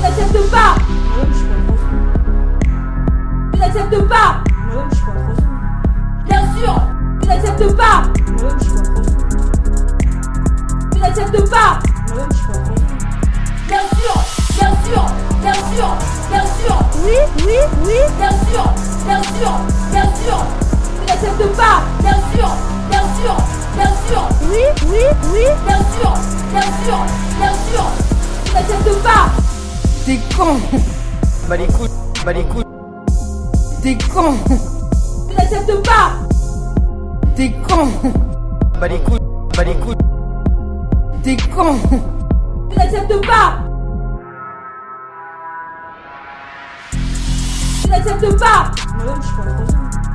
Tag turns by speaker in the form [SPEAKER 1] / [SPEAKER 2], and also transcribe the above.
[SPEAKER 1] n'acceptes pas
[SPEAKER 2] Moi-même, je suis pas une grosse couille.
[SPEAKER 1] Tu n'acceptes pas
[SPEAKER 2] Moi-même, je suis pas une grosse couille.
[SPEAKER 1] Bien sûr Tu n'acceptes pas
[SPEAKER 2] Moi-même, je suis pas une grosse couille.
[SPEAKER 1] Tu n'acceptes pas
[SPEAKER 2] Moi-même, je suis pas une grosse couille.
[SPEAKER 1] Bien sûr Bien sûr Bien sûr Bien sûr Oui, oui, oui Bien sûr Bien sûr Bien sûr Tu n'acceptes pas Bien sûr Bien sûr Bien sûr Oui, oui, oui Bien sûr Bien sûr Bien sûr Tu n'acceptes pas
[SPEAKER 3] T'es con
[SPEAKER 4] Bah les couilles, bah les couilles,
[SPEAKER 3] T'es con
[SPEAKER 1] Tu n'acceptes pas
[SPEAKER 3] T'es con
[SPEAKER 4] bah les couilles, bah les couilles,
[SPEAKER 3] T'es con
[SPEAKER 1] Tu n'acceptes pas Tu n'acceptes pas
[SPEAKER 2] Moi-même, je suis pas une grosse couille.